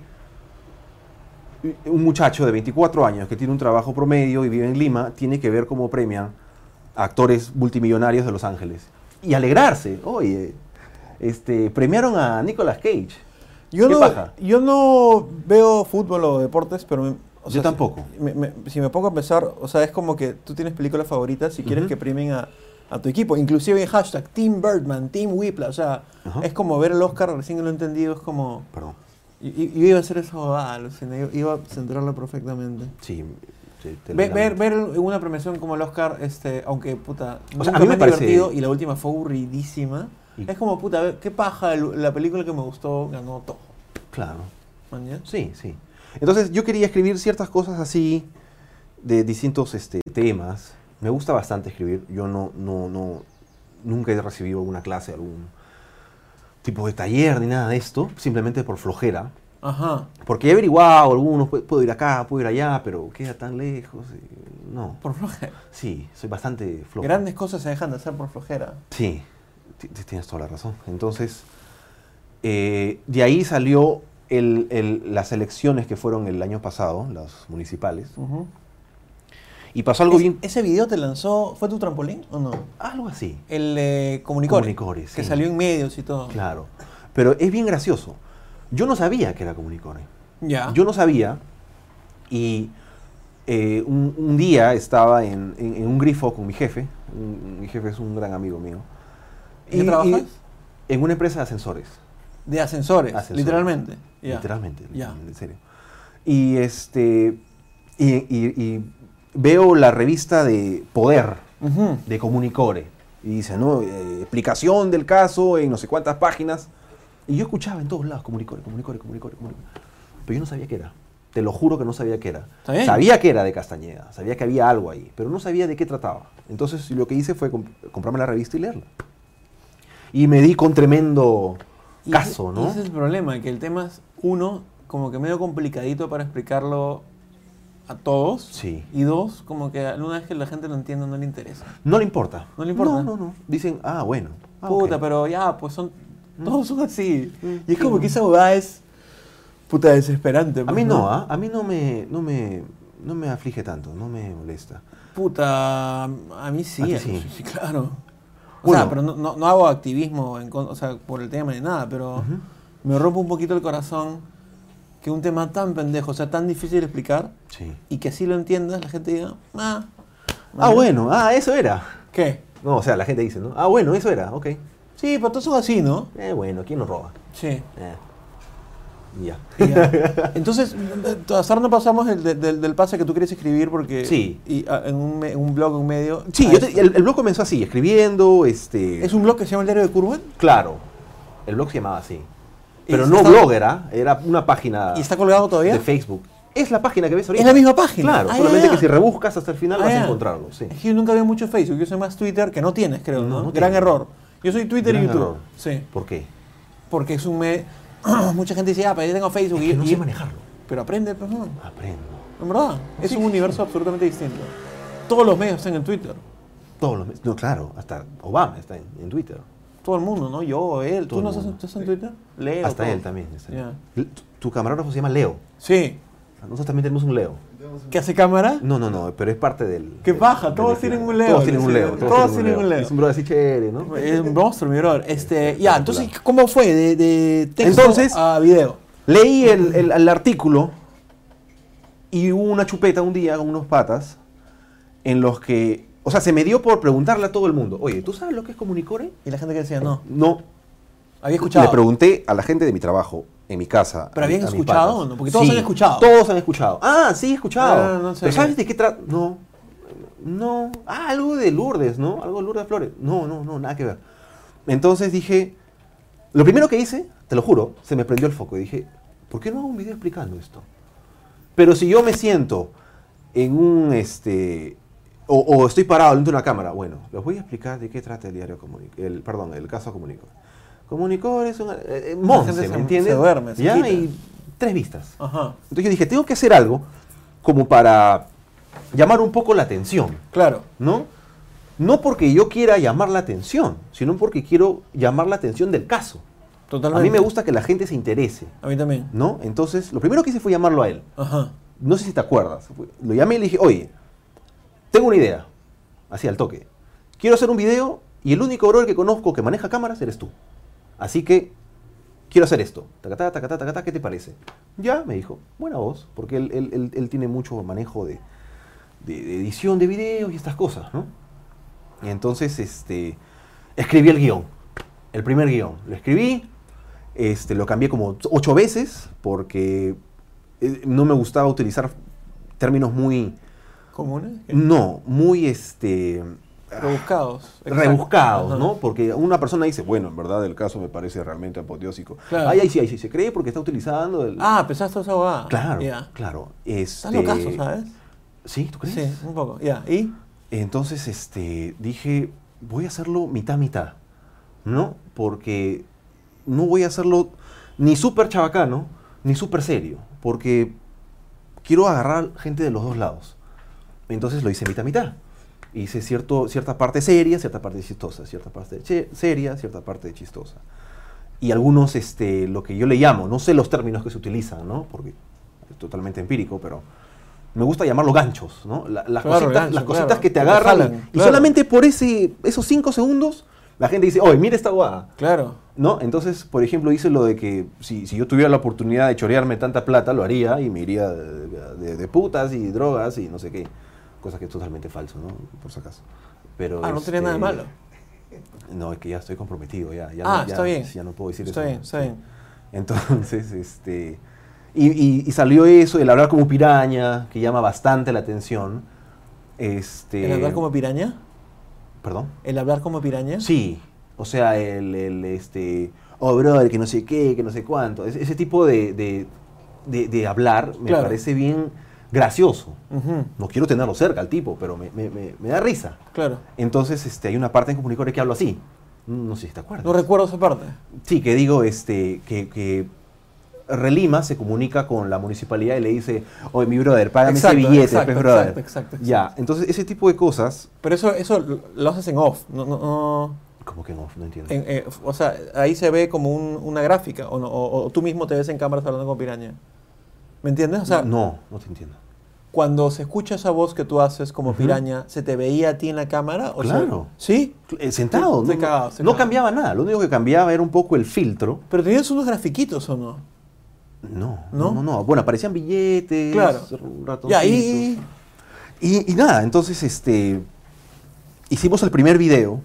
Speaker 5: un muchacho de 24 años que tiene un trabajo promedio y vive en Lima tiene que ver cómo premian a actores multimillonarios de Los Ángeles. Y alegrarse. Oye, este, premiaron a Nicolas Cage.
Speaker 2: Yo,
Speaker 5: ¿Qué
Speaker 2: no,
Speaker 5: paja?
Speaker 2: yo no veo fútbol o deportes, pero... me- o
Speaker 5: Yo
Speaker 2: si-
Speaker 5: tampoco.
Speaker 2: me- me- si me pongo a pensar, o sea, es como que tú tienes películas favoritas y quieres
Speaker 5: Ujú.
Speaker 2: que primen a, a tu equipo. Inclusive en hashtag Team Birdman, Team Whiplash, o sea,
Speaker 5: Ajá.
Speaker 2: es como ver el Oscar, recién lo he entendido, es como...
Speaker 5: Perdón.
Speaker 2: y- y- Yo, iba a hacer eso, ah, aluciné, yo iba a centrarlo perfectamente.
Speaker 5: Sí. te- te
Speaker 2: Ver,
Speaker 5: lo
Speaker 2: ver,
Speaker 5: lamento.
Speaker 2: ver una premiación como el Oscar, este, aunque puta,
Speaker 5: O sea,
Speaker 2: nunca
Speaker 5: a mí
Speaker 2: me
Speaker 5: me
Speaker 2: ha
Speaker 5: parece-
Speaker 2: divertido y la última fue aburridísima.
Speaker 5: Y-
Speaker 2: Es como puta, a ver, qué paja, el- la película que me gustó ganó todo.
Speaker 5: Claro.
Speaker 2: ¿Man, ya?
Speaker 5: Sí, sí. Entonces yo quería escribir ciertas cosas así de distintos este, temas. Me gusta bastante escribir. Yo no, no, no, nunca he recibido alguna clase, algún tipo de taller ni nada de esto, simplemente por flojera.
Speaker 2: Ajá.
Speaker 5: Porque he averiguado algunos, pu- puedo ir acá, puedo ir allá, pero queda tan lejos. y No,
Speaker 2: Por flojera.
Speaker 5: sí, soy bastante flojo.
Speaker 2: Grandes cosas se dejan de hacer por flojera.
Speaker 5: Sí, ti- ti- tienes toda la razón. Entonces, eh, de ahí salió el- el- las elecciones que fueron el año pasado, las municipales, y pasó algo
Speaker 2: Es-
Speaker 5: bien,
Speaker 2: ¿Ese video te lanzó, fue tu trampolín o no?
Speaker 5: algo así,
Speaker 2: El eh, Comunicore.
Speaker 5: Comunicore, sí.
Speaker 2: Que salió en medios y todo.
Speaker 5: claro. Pero es bien gracioso. Yo no sabía que era Comunicore.
Speaker 2: Ya.
Speaker 5: Yo no sabía y eh, un, un día estaba en, en- en un grifo con mi jefe, un- mi jefe es un gran amigo mío,
Speaker 2: ¿En qué trabajas?
Speaker 5: en una empresa de ascensores.
Speaker 2: de ascensores,
Speaker 5: Ascensores.
Speaker 2: literalmente. Ya.
Speaker 5: Literalmente,
Speaker 2: Ya.
Speaker 5: literalmente, en serio. Y este. Y, y- y veo la revista de Poder
Speaker 2: Ujú.
Speaker 5: de Comunicore. Y dice, ¿no? Eh, explicación del caso en no sé cuántas páginas. Y yo escuchaba en todos lados Comunicore, Comunicore, Comunicore, Comunicore. Pero yo no sabía qué era. Te lo juro que no sabía qué era.
Speaker 2: Está bien.
Speaker 5: Sabía que era de Castañeda, sabía que había algo ahí, pero no sabía de qué trataba. Entonces lo que hice fue comp- comprarme la revista y leerla. Y me di con tremendo
Speaker 2: Y
Speaker 5: caso,
Speaker 2: ese-
Speaker 5: ¿no?
Speaker 2: y Ese es el problema, que el tema es uno, como que medio complicadito para explicarlo a todos.
Speaker 5: Sí.
Speaker 2: Y dos, como que una vez que la gente lo entienda no le interesa.
Speaker 5: No le importa.
Speaker 2: No le importa.
Speaker 5: No, no, no. Dicen, ah, bueno. Ah,
Speaker 2: Puta,
Speaker 5: ok.
Speaker 2: pero ya, pues son. Todos son así.
Speaker 5: Mm.
Speaker 2: Y es como que esa boda es. Puta desesperante.
Speaker 5: A
Speaker 2: pues,
Speaker 5: mí no, ¿ah? A mí no me, no me, no me aflige tanto, no me molesta.
Speaker 2: Puta, a mí sí.
Speaker 5: A ti
Speaker 2: eso
Speaker 5: sí.
Speaker 2: sí, claro. O
Speaker 5: Bueno.
Speaker 2: sea, pero no, no- no hago activismo en con- o sea, por el tema ni nada, pero me rompe un poquito el corazón que un tema tan pendejo, o sea, tan difícil de explicar,
Speaker 5: Sí.
Speaker 2: y que así lo entiendas, la gente diga, ah,
Speaker 5: Ah, bueno, ah, eso era.
Speaker 2: ¿qué?
Speaker 5: No, o sea, la gente dice, ¿no? Ah, bueno, eso era, ok.
Speaker 2: Sí, pero todos son así, ¿no?
Speaker 5: Eh, bueno, ¿quién nos roba?
Speaker 2: Sí.
Speaker 5: Eh. Y Ya.
Speaker 2: Y ya. Entonces, hasta ahora no pasamos el de- del, del pase que tú quieres escribir porque
Speaker 5: Sí.
Speaker 2: y, ah, en, un me- en un blog, un medio.
Speaker 5: Sí,
Speaker 2: Ah,
Speaker 5: yo te-
Speaker 2: es-
Speaker 5: el, el blog comenzó así, escribiendo, este...
Speaker 2: es un blog que se llama El Diario de Curwen
Speaker 5: Claro, el blog se llamaba así. Pero
Speaker 2: ¿Y
Speaker 5: no
Speaker 2: está-
Speaker 5: blog era, era una página
Speaker 2: y está colgado todavía.
Speaker 5: Ah. de Facebook. Es la página que ves ahorita.
Speaker 2: Es la misma página.
Speaker 5: Claro,
Speaker 2: Ah,
Speaker 5: solamente
Speaker 2: ya, ya.
Speaker 5: que si rebuscas hasta el final
Speaker 2: Ah,
Speaker 5: vas
Speaker 2: ya.
Speaker 5: a encontrarlo, sí.
Speaker 2: Es que yo nunca veo mucho Facebook, yo soy más Twitter, que no tienes, creo, ¿no?
Speaker 5: No, no
Speaker 2: Gran
Speaker 5: tengo.
Speaker 2: error. Yo soy Twitter y
Speaker 5: Gran
Speaker 2: YouTube.
Speaker 5: error.
Speaker 2: Sí.
Speaker 5: ¿Por qué?
Speaker 2: Porque es un me- Mucha gente dice, ah, pero yo tengo Facebook. y,
Speaker 5: no
Speaker 2: y-
Speaker 5: sé manejarlo.
Speaker 2: Pero aprende, pues no.
Speaker 5: Aprendo.
Speaker 2: En verdad, es un universo absolutamente distinto. Todos los medios están en Twitter.
Speaker 5: Todos los meses. No, claro, hasta Obama está en, en Twitter.
Speaker 2: Todo el mundo, ¿no? Yo, él.
Speaker 5: Todo
Speaker 2: ¿Tú
Speaker 5: el
Speaker 2: no estás, en-
Speaker 5: mundo.
Speaker 2: estás en Twitter? Leo.
Speaker 5: hasta
Speaker 2: todo.
Speaker 5: él también. está.
Speaker 2: Ya.
Speaker 5: Le- tu- Tu camarógrafo se llama Leo.
Speaker 2: Sí.
Speaker 5: Nosotros también tenemos un Leo.
Speaker 2: ¿Qué hace cámara?
Speaker 5: No, no, no, pero es parte del.
Speaker 2: Qué
Speaker 5: del-
Speaker 2: paja,
Speaker 5: del
Speaker 2: todos
Speaker 5: desfile.
Speaker 2: tienen un Leo,
Speaker 5: Todos tienen un
Speaker 2: sí,
Speaker 5: Leo.
Speaker 2: todos tienen un Leo.
Speaker 5: Es un bro así chévere, ¿no?
Speaker 2: Es un monstruo, mi brother. Este, ya,
Speaker 5: Espectacular.
Speaker 2: entonces, ¿cómo fue? De, de texto
Speaker 5: Entonces-
Speaker 2: a video.
Speaker 5: Leí el, el- el artículo y hubo una chupeta un día con unos patas en los que, o sea, se me dio por preguntarle a todo el mundo, oye, ¿tú sabes lo que es Comunicore?
Speaker 2: Y la gente que decía, no.
Speaker 5: No.
Speaker 2: Había escuchado.
Speaker 5: Le pregunté a la gente de mi trabajo, en mi casa.
Speaker 2: ¿Pero
Speaker 5: a mi-
Speaker 2: habían
Speaker 5: a mis
Speaker 2: escuchado
Speaker 5: patas.
Speaker 2: o no? Porque todos han escuchado.
Speaker 5: Todos han escuchado. Ah, sí, he escuchado.
Speaker 2: Ah, no sé.
Speaker 5: ¿Pero sabes de qué trata? No. No. Ah, algo de Lourdes, ¿no? Algo de Lourdes Flores. No, no, no, nada que ver. Entonces dije, lo primero que hice, te lo juro, se me prendió el foco y dije, ¿por qué no hago un video explicando esto? Pero si yo me siento en un, este, o, o estoy parado delante de una cámara, bueno, les voy a explicar de qué trata el diario Comunico, el, perdón, el caso Comunico. Comunico es un, eh, eh, monce,
Speaker 2: gente se-
Speaker 5: ¿me entiendes?
Speaker 2: se duerme, se
Speaker 5: ya
Speaker 2: quita.
Speaker 5: y tres vistas.
Speaker 2: Ajá.
Speaker 5: Entonces yo dije, tengo que hacer algo como para llamar un poco la atención.
Speaker 2: Claro.
Speaker 5: ¿no? No porque yo quiera llamar la atención, sino porque quiero llamar la atención del caso.
Speaker 2: Totalmente.
Speaker 5: A mí me gusta que la gente se interese,
Speaker 2: A mí también.
Speaker 5: ¿no? Entonces, lo primero que hice fue llamarlo a él.
Speaker 2: Ajá.
Speaker 5: No sé si te acuerdas. Lo llamé y le dije, oye, tengo una idea. Así al toque. Quiero hacer un video y el único brother que conozco que maneja cámaras eres tú. Así que quiero hacer esto. Tacatá, tacatá, tacatá, ¿qué te parece? Ya, me dijo, buena voz, porque él, él- él- él tiene mucho manejo de, de- de edición de videos y estas cosas, ¿no? Y entonces, este, escribí el guión, el primer guión. Lo escribí, este, lo cambié como ocho veces, porque eh, no me gustaba utilizar términos muy,
Speaker 2: ¿Comunes? eh,
Speaker 5: no, muy, este,
Speaker 2: Rebuscados.
Speaker 5: rebuscados,
Speaker 2: Ajá.
Speaker 5: ¿no? Porque una persona dice, bueno, en verdad el caso me parece realmente apoteósico.
Speaker 2: Claro.
Speaker 5: Ay, ay, sí, ay, sí, se cree porque está utilizando el...
Speaker 2: Ah, pensaste esa abogada.
Speaker 5: claro,
Speaker 2: Ya.
Speaker 5: claro. Este, pues
Speaker 2: Estás locazo, ¿sabes?
Speaker 5: Sí, ¿tú crees?
Speaker 2: Sí, un poco. Ya. ¿Y?
Speaker 5: Entonces, este, dije, voy a hacerlo mitad, mitad, ¿no? Porque no voy a hacerlo ni súper chabacano, ni súper serio, porque quiero agarrar gente de los dos lados. Entonces lo hice mitad, mitad. Hice cierto, cierta parte seria, cierta parte chistosa, cierta parte che- seria, cierta parte chistosa. Y algunos, este, lo que yo le llamo, no sé los términos que se utilizan, ¿no? Porque es totalmente empírico, pero me gusta llamarlo ganchos, ¿no? La- las
Speaker 2: Claro,
Speaker 5: cositas,
Speaker 2: gancho,
Speaker 5: las cositas
Speaker 2: claro,
Speaker 5: que te
Speaker 2: que te
Speaker 5: agarran. y-
Speaker 2: jalan,
Speaker 5: y
Speaker 2: claro.
Speaker 5: solamente por ese, esos cinco segundos, la gente dice, oye, mira esta guada.
Speaker 2: Claro.
Speaker 5: ¿No? Entonces, por ejemplo, hice lo de que si, si yo tuviera la oportunidad de chorearme tanta plata, lo haría y me iría de, de- de putas y drogas y no sé qué. Cosa que es totalmente falso, ¿no? Por si acaso. Pero,
Speaker 2: Ah, no tenía
Speaker 5: este,
Speaker 2: nada de malo.
Speaker 5: No, es que ya estoy comprometido, ya. ya
Speaker 2: Ah,
Speaker 5: no, ya-
Speaker 2: está bien.
Speaker 5: Ya no puedo decir
Speaker 2: Está
Speaker 5: eso.
Speaker 2: bien, está
Speaker 5: Sí.
Speaker 2: bien.
Speaker 5: Entonces, este. Y, y- y salió eso, el hablar como piraña, que llama bastante la atención. Este.
Speaker 2: ¿El hablar como piraña?
Speaker 5: Perdón.
Speaker 2: ¿El hablar como piraña?
Speaker 5: Sí, o sea, el, el, este, oh, brother, que no sé qué, que no sé cuánto. Ese, ese tipo de, de, de- de hablar me
Speaker 2: Claro.
Speaker 5: parece bien gracioso.
Speaker 2: Ujú,
Speaker 5: No quiero tenerlo cerca al tipo, pero me, me- me- me da risa.
Speaker 2: Claro.
Speaker 5: Entonces, este, hay una parte en Comunicadores que hablo así. No sé si te acuerdas.
Speaker 2: No recuerdo esa parte.
Speaker 5: Sí, que digo, este, que, que Relima se comunica con la municipalidad y le dice, oye, mi brother, págame
Speaker 2: Exacto,
Speaker 5: ese billete,
Speaker 2: exacto,
Speaker 5: pues, brother.
Speaker 2: exacto, exacto,
Speaker 5: Ya,
Speaker 2: exacto.
Speaker 5: entonces ese tipo de cosas,
Speaker 2: Pero eso, eso lo lo haces en off. No, no, no-
Speaker 5: como que no, no entiendo.
Speaker 2: en- eh, o sea, ahí se ve como un- una gráfica. O, no- o- o tú mismo te ves en cámaras hablando como piraña. ¿Me entiendes? O sea,
Speaker 5: no, no te entiendo.
Speaker 2: cuando se escucha esa voz que tú haces como
Speaker 5: Ujú.
Speaker 2: piraña, ¿se te veía a ti en la cámara? O sea,
Speaker 5: Claro.
Speaker 2: ¿Sí?
Speaker 5: Eh, sentado.
Speaker 2: Estoy
Speaker 5: no,
Speaker 2: cagado,
Speaker 5: no-
Speaker 2: estoy
Speaker 5: no
Speaker 2: cagado.
Speaker 5: cambiaba nada. Lo único que cambiaba era un poco el filtro.
Speaker 2: Pero tenías unos grafiquitos o no?
Speaker 5: No,
Speaker 2: ¿No?
Speaker 5: no, no. no. Bueno, aparecían billetes,
Speaker 2: Claro.
Speaker 5: ratoncitos.
Speaker 2: Y ahí.
Speaker 5: Y, y nada, entonces este, hicimos el primer video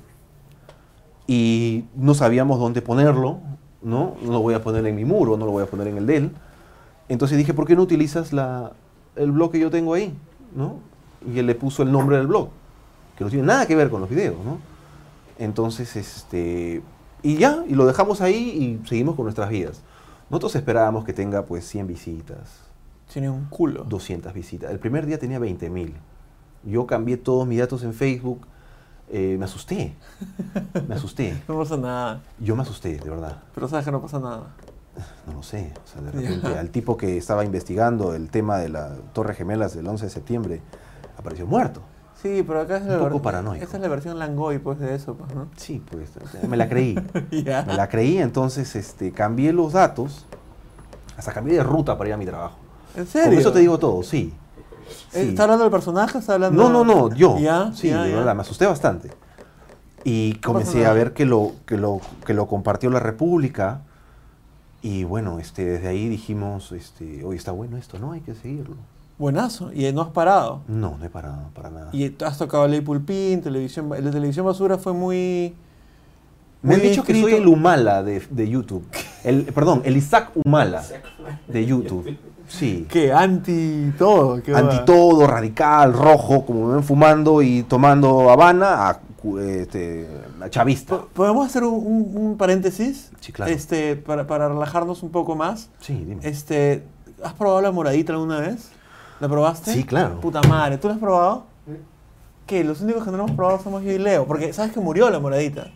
Speaker 5: y no sabíamos dónde ponerlo, ¿no? No lo voy a poner en mi muro, no lo voy a poner en el de él. Entonces dije, ¿por qué no utilizas la, el blog que yo tengo ahí? ¿no? Y él le puso el nombre del blog, que no tiene nada que ver con los videos, ¿no? Entonces, este, y ya, y lo dejamos ahí y seguimos con nuestras vidas. Nosotros esperábamos que tenga pues 100 visitas,
Speaker 2: Tiene un culo.
Speaker 5: 200 visitas. El primer día tenía 20.000. Yo cambié todos mis datos en Facebook. eh, me asusté. Me asusté.
Speaker 2: No pasa nada.
Speaker 5: Yo me asusté, de verdad.
Speaker 2: Pero sabes que no pasa nada.
Speaker 5: No lo sé. O sea, de
Speaker 2: Ya.
Speaker 5: repente, al tipo que estaba investigando el tema de la Torre Gemelas del 11 de septiembre, apareció muerto.
Speaker 2: Sí, pero acá es
Speaker 5: Un
Speaker 2: la
Speaker 5: poco
Speaker 2: ver-
Speaker 5: paranoico.
Speaker 2: Esta es la versión Langoy, pues, de eso, pues, ¿no?
Speaker 5: Sí, pues me la creí.
Speaker 2: Ya.
Speaker 5: Me la creí, entonces este, cambié los datos. Hasta cambié de ruta para ir a mi trabajo.
Speaker 2: ¿En
Speaker 5: Con
Speaker 2: serio?
Speaker 5: eso te digo todo, sí.
Speaker 2: Eh,
Speaker 5: Sí.
Speaker 2: ¿Está hablando del personaje? ¿Está hablando...?
Speaker 5: No, no, no, yo.
Speaker 2: ¿Ya?
Speaker 5: Sí,
Speaker 2: ya,
Speaker 5: de
Speaker 2: ya.
Speaker 5: verdad, me asusté bastante. Y comencé
Speaker 2: nada.
Speaker 5: a ver que lo, que lo, que lo compartió la República. Y bueno, este, desde ahí dijimos, este, hoy está bueno esto, ¿no? Hay que seguirlo.
Speaker 2: Buenazo. Y no has parado.
Speaker 5: No, no he parado para nada.
Speaker 2: Y tú has tocado Ley Pulpín, televisión, la televisión basura fue muy.
Speaker 5: Me han
Speaker 2: muy
Speaker 5: dicho que
Speaker 2: escrito.
Speaker 5: soy el Humala de, de YouTube. El, perdón, el Isaac Humala de YouTube. Sí.
Speaker 2: Que anti todo. ¿qué va?
Speaker 5: Anti todo, radical, rojo, como me ven fumando y tomando Habana a, cu- este, a chavista.
Speaker 2: Po- ¿Podemos hacer un, un- un paréntesis?
Speaker 5: Sí, claro.
Speaker 2: Este, para, para relajarnos un poco más.
Speaker 5: Sí, dime.
Speaker 2: Este, ¿Has probado la moradita alguna vez? ¿La probaste?
Speaker 5: Sí, claro.
Speaker 2: Puta madre, ¿tú la has probado?
Speaker 4: Sí.
Speaker 2: Que los únicos que no la hemos probado somos yo y Leo, porque sabes que murió la moradita.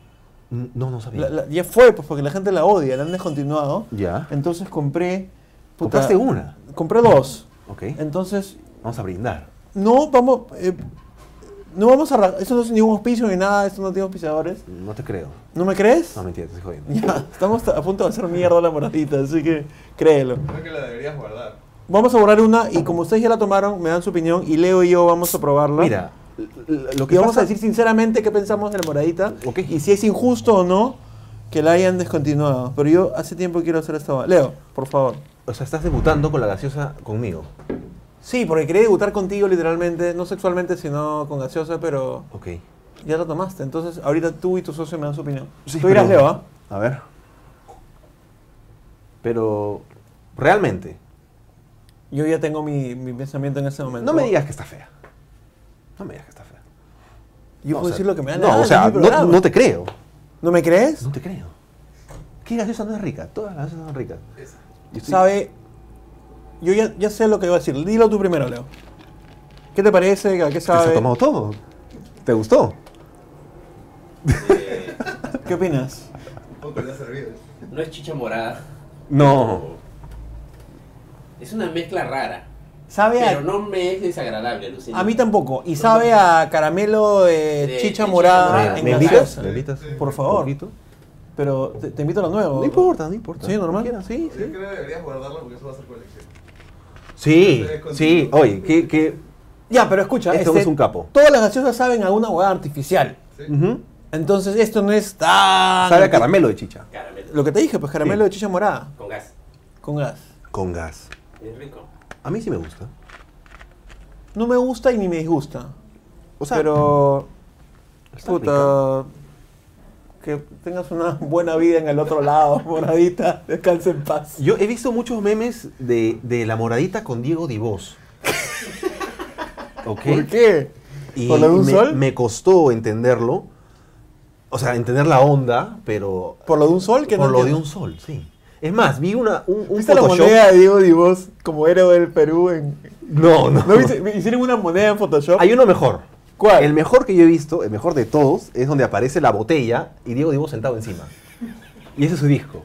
Speaker 5: No, no sabía.
Speaker 2: La- la- ya fue, pues porque la gente la odia, la han descontinuado.
Speaker 5: ya.
Speaker 2: Entonces compré. puta,
Speaker 5: Compraste una.
Speaker 2: Compré dos.
Speaker 5: Ok.
Speaker 2: Entonces,
Speaker 5: Vamos a brindar.
Speaker 2: no vamos. eh, no vamos a. ra- Eso no es ningún auspicio ni nada, esto no tiene auspiciadores.
Speaker 5: No te creo.
Speaker 2: ¿No me crees?
Speaker 5: No, mentira, te estoy jodiendo.
Speaker 2: Ya, estamos a punto de hacer mierda la moradita, así que créelo.
Speaker 4: Creo que la deberías guardar.
Speaker 2: Vamos a borrar una y como ustedes ya la tomaron, me dan su opinión y Leo y yo vamos a probarla.
Speaker 5: Mira, l- l- lo
Speaker 2: y
Speaker 5: que
Speaker 2: vamos
Speaker 5: pasa-
Speaker 2: a decir sinceramente qué pensamos de la moradita
Speaker 5: Ok.
Speaker 2: y si es injusto o no que la hayan descontinuado. Pero yo hace tiempo quiero hacer esta. va- Leo, por favor.
Speaker 5: O sea, estás debutando con la gaseosa conmigo.
Speaker 2: Sí, porque quería debutar contigo literalmente, no sexualmente, sino con gaseosa, pero
Speaker 5: Ok.
Speaker 2: ya la tomaste. Entonces, ahorita tú y tu socio me dan su opinión.
Speaker 5: Sí,
Speaker 2: tú dirás,
Speaker 5: pero-
Speaker 2: Leo, ¿ah?
Speaker 5: A ver. Pero, realmente,
Speaker 2: Yo ya tengo mi, mi pensamiento en ese momento.
Speaker 5: no me digas que está fea. No me digas que está fea.
Speaker 2: Yo
Speaker 5: No,
Speaker 2: puedo
Speaker 5: o sea,
Speaker 2: decir lo que me da la
Speaker 5: No,
Speaker 2: gana,
Speaker 5: o
Speaker 2: es
Speaker 5: sea, no,
Speaker 2: mi programa.
Speaker 5: no te creo.
Speaker 2: ¿No me crees?
Speaker 5: No te creo. ¿Qué gaseosa no es rica? Todas las gaseosas son ricas. Yo estoy-
Speaker 2: Sabe. Yo ya, ya sé lo que iba a decir. Dilo tú primero, Leo. ¿Qué te parece? ¿A qué
Speaker 5: Te has
Speaker 2: sabe?
Speaker 5: tomado todo. ¿Te gustó?
Speaker 6: Eh,
Speaker 2: ¿Qué opinas?
Speaker 4: Un poco le ha servido.
Speaker 6: no es chicha morada.
Speaker 5: No.
Speaker 6: Es una mezcla rara.
Speaker 2: Sabe a,
Speaker 6: Pero no me es desagradable, Lucina.
Speaker 2: a mí tampoco. Y sabe a caramelo eh,
Speaker 6: De- de
Speaker 2: chicha
Speaker 6: chicha
Speaker 2: morada
Speaker 6: morada.
Speaker 5: ¿Me,
Speaker 2: en
Speaker 5: me invitas?
Speaker 2: gaseosa.
Speaker 5: ¿Me invitas?
Speaker 2: Por
Speaker 5: un
Speaker 2: favor.
Speaker 5: poquito?
Speaker 2: Pero te, te invito a lo nuevo.
Speaker 5: No importa, no importa.
Speaker 2: Sí, normal.
Speaker 5: Quieras, Sí,
Speaker 4: Yo
Speaker 5: sí.
Speaker 4: creo que deberías guardarla porque eso va a ser colección.
Speaker 5: Sí,
Speaker 4: Continúa.
Speaker 5: sí. Oye, ¿qué, qué?
Speaker 2: Ya, pero escucha.
Speaker 5: Este es un capo.
Speaker 2: Todas las gaseosas saben a una hueá artificial.
Speaker 4: ¿sí?
Speaker 5: Ujú.
Speaker 2: Entonces esto Ah, no es tan...
Speaker 5: Sabe a caramelo de chicha.
Speaker 6: Caramelo.
Speaker 2: Lo que te dije, pues
Speaker 5: Sí.
Speaker 2: caramelo de chicha morada.
Speaker 6: Con gas.
Speaker 2: Con gas.
Speaker 5: Con gas.
Speaker 6: Es rico.
Speaker 5: A mí sí me gusta.
Speaker 2: No me gusta y ni me disgusta.
Speaker 5: O sea,
Speaker 2: pero...
Speaker 5: está rica.
Speaker 2: Puta. Que tengas una buena vida en el otro lado, moradita. Descansa en paz.
Speaker 5: Yo he visto muchos memes de, de la moradita con Diego Divos. ¿Ok?
Speaker 2: ¿Por qué?
Speaker 5: Y
Speaker 2: ¿Por la de un
Speaker 5: me,
Speaker 2: sol?
Speaker 5: me costó entenderlo. O sea, entender la onda, pero.
Speaker 2: ¿Por lo de un sol? Que
Speaker 5: por
Speaker 2: no
Speaker 5: lo de
Speaker 2: entiendo.
Speaker 5: un sol, sí. Es más, vi una, un, un
Speaker 2: ¿Viste la
Speaker 5: Photoshop.
Speaker 2: moneda de Diego Divos como héroe del Perú? En...
Speaker 5: No, no.
Speaker 2: ¿No viste? Hicieron una moneda en Photoshop.
Speaker 5: Hay uno mejor.
Speaker 2: ¿Cuál?
Speaker 5: El mejor que yo he visto, el mejor de todos, es donde aparece la botella y Diego Divo sentado encima. Y ese es su disco.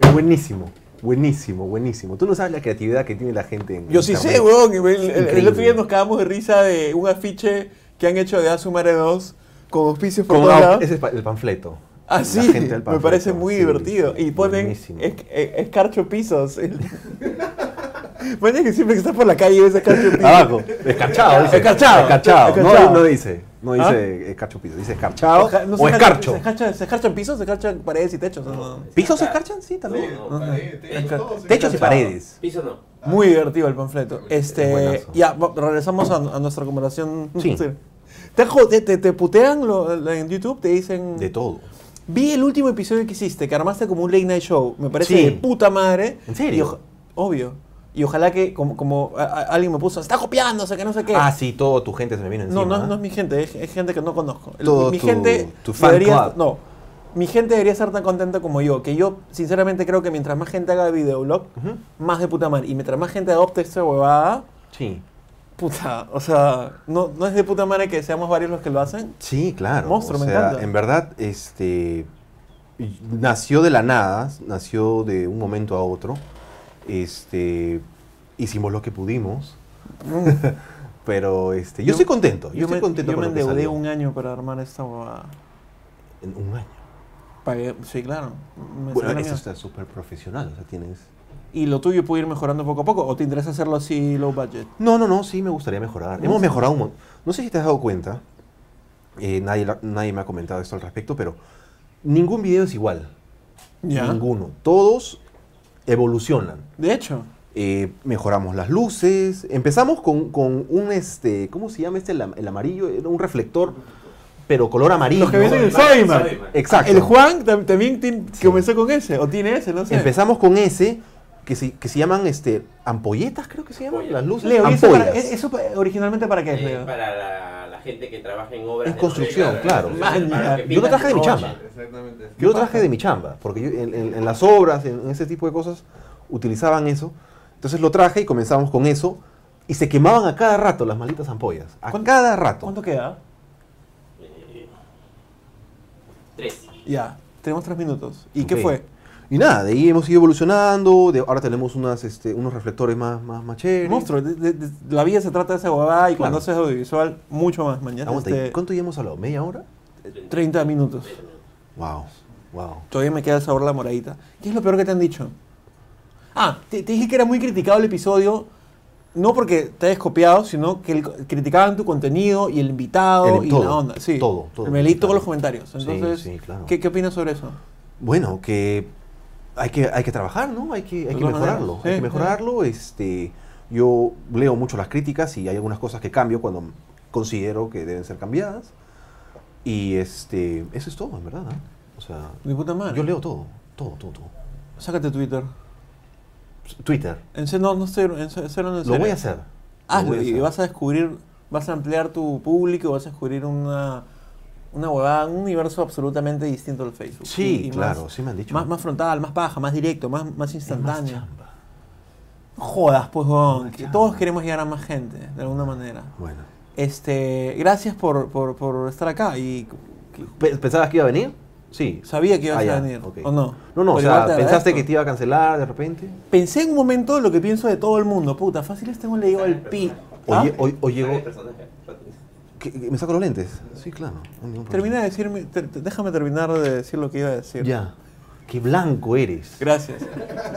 Speaker 5: Es buenísimo, buenísimo, buenísimo. Tú no sabes la creatividad que tiene la gente en
Speaker 2: Yo sí
Speaker 5: internet.
Speaker 2: sé, weón. El, el- el
Speaker 5: Increíble.
Speaker 2: otro día nos cagamos de risa de un afiche que han hecho de Azumare 2 con auspicios por
Speaker 5: Como-
Speaker 2: todos lados.
Speaker 5: ese es pa- el panfleto. La
Speaker 2: Así,
Speaker 5: gente del
Speaker 2: Ah, me
Speaker 5: panfleto,
Speaker 2: parece muy
Speaker 5: sí,
Speaker 2: divertido.
Speaker 5: sí,
Speaker 2: Y ponen
Speaker 5: buenísimo.
Speaker 2: es- eh, escarcho pisos. Mañana que siempre que estás por la calle ves
Speaker 5: Ah,
Speaker 2: escarcho pisos.
Speaker 5: Abajo, escarchado, dice.
Speaker 2: Escarchado.
Speaker 5: Escarchado. No,
Speaker 2: Escarchado.
Speaker 5: no dice, no dice
Speaker 2: ¿Ah?
Speaker 5: escarcho piso, dice escarchado
Speaker 2: Oja- no se
Speaker 5: o
Speaker 2: escarcha-
Speaker 5: escarcho.
Speaker 2: ¿Se escarcha, se escarchan pisos? ¿Se escarchan paredes y techos? o no?
Speaker 5: ¿Pisos se escarchan? Sí, también.
Speaker 4: No,
Speaker 2: Ajá.
Speaker 4: pared, techo,
Speaker 2: Esca-
Speaker 4: todo, sí.
Speaker 5: Techos y
Speaker 2: escarchado.
Speaker 5: paredes.
Speaker 6: Piso no.
Speaker 2: Muy divertido el panfleto. Este,
Speaker 5: buenazo.
Speaker 2: ya, va- regresamos a, a nuestra conversación.
Speaker 5: Sí.
Speaker 2: ¿Te, han jod- te, te- te putean lo- lo- en YouTube? Te dicen...
Speaker 5: De todo.
Speaker 2: Vi el último episodio que hiciste, que armaste como un late night show. Me parece
Speaker 5: Sí.
Speaker 2: de puta madre.
Speaker 5: ¿En serio?
Speaker 2: Y oja- obvio. Y ojalá que, como, como a- a- alguien me puso, está copiando, o sea, que no sé qué.
Speaker 5: Ah, sí, todo tu gente se me vino
Speaker 2: No,
Speaker 5: encima.
Speaker 2: no,
Speaker 5: ¿ah?
Speaker 2: no es mi gente, es, es gente que no conozco. El-
Speaker 5: Todo
Speaker 2: mi
Speaker 5: tu-
Speaker 2: gente
Speaker 5: tu fan
Speaker 2: debería-
Speaker 5: club.
Speaker 2: No, mi gente debería estar tan contenta como yo, que yo sinceramente creo que mientras más gente haga videoblog,
Speaker 5: Ujú.
Speaker 2: más de puta madre. Y mientras más gente adopte esta huevada,
Speaker 5: Sí.
Speaker 2: puta, o sea, no, no es de puta madre que seamos varios los que lo hacen.
Speaker 5: Sí, claro.
Speaker 2: Monstruo,
Speaker 5: o
Speaker 2: me
Speaker 5: sea,
Speaker 2: encanta.
Speaker 5: En verdad, este y- nació de la nada, nació de un momento a otro. Este hicimos lo que pudimos. Pero este, yo,
Speaker 2: Mm. Yo-
Speaker 5: estoy contento. Yo, estoy
Speaker 2: me,
Speaker 5: contento
Speaker 2: yo
Speaker 5: con
Speaker 2: me
Speaker 5: lo que
Speaker 2: endeudé
Speaker 5: salió.
Speaker 2: un año para armar esta huevada.
Speaker 5: En un año.
Speaker 2: Pagué, sí, claro. me salió
Speaker 5: Bueno, eso
Speaker 2: la mierda.
Speaker 5: está súper profesional, o sea, tienes
Speaker 2: ¿Y lo tuyo puede ir mejorando poco a poco? ¿O te interesa hacerlo así low budget?
Speaker 5: No, no, no, sí me gustaría mejorar. Hemos mejorado un montón. No sé si te has dado cuenta, eh, nadie, la- nadie me ha comentado esto al respecto, pero ningún video es igual. Ninguno. Todos evolucionan.
Speaker 2: De hecho,
Speaker 5: eh, mejoramos las luces. Empezamos con, con un, este, ¿cómo se llama este? El, am- el amarillo, era un reflector, pero color amarillo.
Speaker 2: Los que venden el
Speaker 6: Soy
Speaker 2: Soyman.
Speaker 6: Soyman.
Speaker 5: Exacto.
Speaker 2: El Juan tam- también tien- comenzó con ese, o tiene ese, no sé.
Speaker 5: Empezamos con ese, que se, que se llaman este, ampolletas, creo que se llaman, las luces.
Speaker 2: Leo, ¿y eso, para-
Speaker 5: Ampollas.
Speaker 2: es- eso pa- originalmente para qué es,
Speaker 6: Eh,
Speaker 2: Leo?
Speaker 6: para la, la gente que trabaja en obras.
Speaker 5: En
Speaker 6: de
Speaker 5: construcción,
Speaker 6: madera,
Speaker 5: claro.
Speaker 6: para los
Speaker 2: Maña.
Speaker 6: que
Speaker 5: Yo lo
Speaker 6: pintan
Speaker 5: traje de mi
Speaker 6: noche.
Speaker 5: chamba.
Speaker 4: Exactamente.
Speaker 5: Yo lo traje de mi chamba, porque yo en, en- en las obras, en, en ese tipo de cosas, utilizaban eso. Entonces lo traje y comenzamos con eso. Y se quemaban a cada rato las malditas ampollas. A
Speaker 2: ¿Cuánto-
Speaker 5: cada rato.
Speaker 2: ¿Cuánto queda?
Speaker 6: Eh, Tres.
Speaker 2: Ya, tenemos tres minutos. ¿Y qué
Speaker 5: Ok.
Speaker 2: fue?
Speaker 5: Y nada, de ahí hemos ido evolucionando. De, ahora tenemos unas, este, unos reflectores más, más, más chéveres.
Speaker 2: Monstruo, de- de- de- la vida se trata de esa huevada y
Speaker 5: Eh, Claro.
Speaker 2: cuando haces audiovisual, mucho más. Mañana
Speaker 5: Aguanta, ¿y
Speaker 2: este,
Speaker 5: ¿Cuánto ya hemos hablado? ¿Media hora?
Speaker 2: Eh, 30 minutos.
Speaker 5: Wow, wow.
Speaker 2: Todavía me queda el sabor de la moradita. ¿Qué es lo peor que te han dicho? Ah, te, te dije que era muy criticado el episodio, no porque te hayas copiado, sino que el- criticaban tu contenido y el invitado
Speaker 5: El-
Speaker 2: y
Speaker 5: todo,
Speaker 2: la onda. Sí,
Speaker 5: todo, todo.
Speaker 2: Me leí todos los
Speaker 5: Claro.
Speaker 2: comentarios.
Speaker 5: Sí,
Speaker 2: Entonces,
Speaker 5: sí, claro.
Speaker 2: ¿qué, ¿qué opinas sobre eso?
Speaker 5: Bueno, que hay que, hay que trabajar, ¿no? Hay que, hay
Speaker 2: De
Speaker 5: que
Speaker 2: todas
Speaker 5: mejorarlo.
Speaker 2: maneras, sí,
Speaker 5: hay que
Speaker 2: sí.
Speaker 5: mejorarlo. Este, yo leo mucho las críticas y hay algunas cosas que cambio cuando considero que deben ser cambiadas. Y este, eso es todo, en verdad. ¿ah? O sea,
Speaker 2: Mi puta madre.
Speaker 5: yo leo todo, todo, todo, todo.
Speaker 2: Sácate Twitter.
Speaker 5: Twitter,
Speaker 2: En serio, no, no estoy. En serio, en serio.
Speaker 5: lo voy a hacer.
Speaker 2: Hazlo
Speaker 5: Lo voy a
Speaker 2: y
Speaker 5: hacer.
Speaker 2: vas a descubrir, vas a ampliar tu público, vas a descubrir una, una huevada, un universo absolutamente distinto al Facebook.
Speaker 5: Sí,
Speaker 2: Y- y
Speaker 5: claro,
Speaker 2: Más,
Speaker 5: sí me han dicho.
Speaker 2: más, más frontal, más paja, más directo, más, más
Speaker 5: Es más
Speaker 2: instantáneo.
Speaker 5: chamba.
Speaker 2: No Jodas, pues, huevón,
Speaker 5: Más
Speaker 2: que
Speaker 5: chamba.
Speaker 2: todos queremos llegar a más gente, de alguna manera.
Speaker 5: Bueno.
Speaker 2: Este, gracias por, por, por estar acá y que-
Speaker 5: Pe- ¿Pensabas que iba a venir? Sí.
Speaker 2: sabía que ibas
Speaker 5: Ah, ya,
Speaker 2: a venir,
Speaker 5: ok.
Speaker 2: ¿o no?
Speaker 5: No, no, o
Speaker 2: Pero
Speaker 5: sea,
Speaker 2: igual te
Speaker 5: pensaste que
Speaker 2: agradezco.
Speaker 5: te iba a cancelar de repente.
Speaker 2: Pensé en un momento lo que pienso de todo el mundo, puta, fácil este le digo al pi.
Speaker 5: O,
Speaker 2: ¿Ah?
Speaker 5: lle- o- o
Speaker 6: Llegó.
Speaker 5: llegó. ¿Qué- qué- ¿Me saco los lentes? Sí, claro. no hay ningún problema.
Speaker 2: Termina de decirme, te- te- déjame terminar de decir lo que iba a decir.
Speaker 5: Ya. Qué blanco eres.
Speaker 2: Gracias.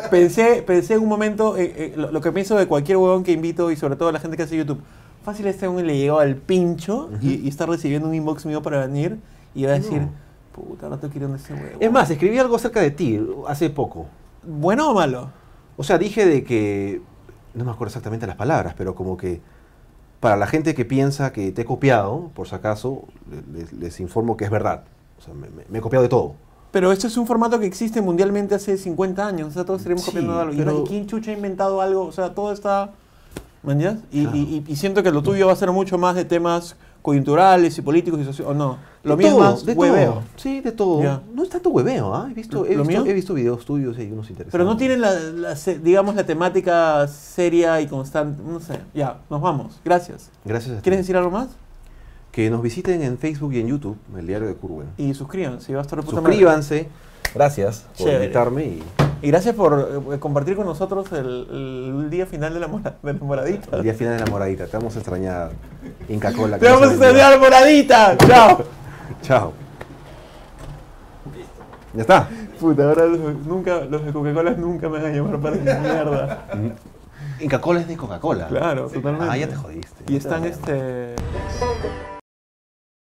Speaker 2: Pensé, pensé en un momento eh, eh, lo, lo que pienso de cualquier huevón que invito y sobre todo la gente que hace YouTube. Fácil este huevón le llegó al pincho y, y está recibiendo un inbox mío para venir y va a decir,
Speaker 5: No.
Speaker 2: puta, ahora te quiero en ese huevón.
Speaker 5: Es más, escribí algo acerca de ti hace poco.
Speaker 2: ¿Bueno o malo?
Speaker 5: O sea, dije de que. No me acuerdo exactamente las palabras, pero como que. Para la gente que piensa que te he copiado, por si acaso, le- les, les informo que es verdad. O sea, me, me- me he copiado de todo.
Speaker 2: Pero esto es un formato que existe mundialmente hace 50 años. O sea, todos estaremos
Speaker 5: Sí,
Speaker 2: copiando algo. Y
Speaker 5: pero-
Speaker 2: no- ¿Y quién chucha ha inventado algo? O sea, todo está... ¿Mañas? Y,
Speaker 5: Claro.
Speaker 2: y- y- y siento que lo tuyo va a ser mucho más de temas coyunturales y políticos y sociales. ¿O no? Lo
Speaker 5: De
Speaker 2: mío
Speaker 5: todo,
Speaker 2: es más
Speaker 5: de
Speaker 2: hueveo.
Speaker 5: todo. Sí, de todo.
Speaker 2: Ya.
Speaker 5: No es tanto hueveo, ¿ah? He, visto, he,
Speaker 2: ¿Lo
Speaker 5: visto,
Speaker 2: mío?
Speaker 5: he visto videos tuyos y hay unos interesantes.
Speaker 2: Pero no tienen la, la se- digamos, la temática seria y constante. No sé. Ya, nos vamos. Gracias.
Speaker 5: Gracias a ti.
Speaker 2: ¿Quieres decir algo más?
Speaker 5: Que nos visiten en Facebook y en YouTube, el diario de Curwen.
Speaker 2: Y suscríbanse. Va a estar de puta madre.
Speaker 5: Suscríbanse. Gracias por
Speaker 2: Chévere.
Speaker 5: invitarme y
Speaker 2: Y gracias por eh, compartir con nosotros el, el día final de la, mora- de la moradita.
Speaker 5: el día final de la moradita. Te vamos a extrañar, Inca Cola. que
Speaker 2: ¡Te
Speaker 5: no
Speaker 2: vamos a
Speaker 5: se vendió.
Speaker 2: extrañar, moradita! ¡Chao!
Speaker 5: Chao. Ya está.
Speaker 2: Puta, ahora los, nunca, los de Coca-Cola nunca me van a llamar para mi mierda. Ah,
Speaker 5: Inca Cola es de Coca-Cola.
Speaker 2: Claro, totalmente. este,
Speaker 5: Ah, ya te jodiste.
Speaker 2: Y están este...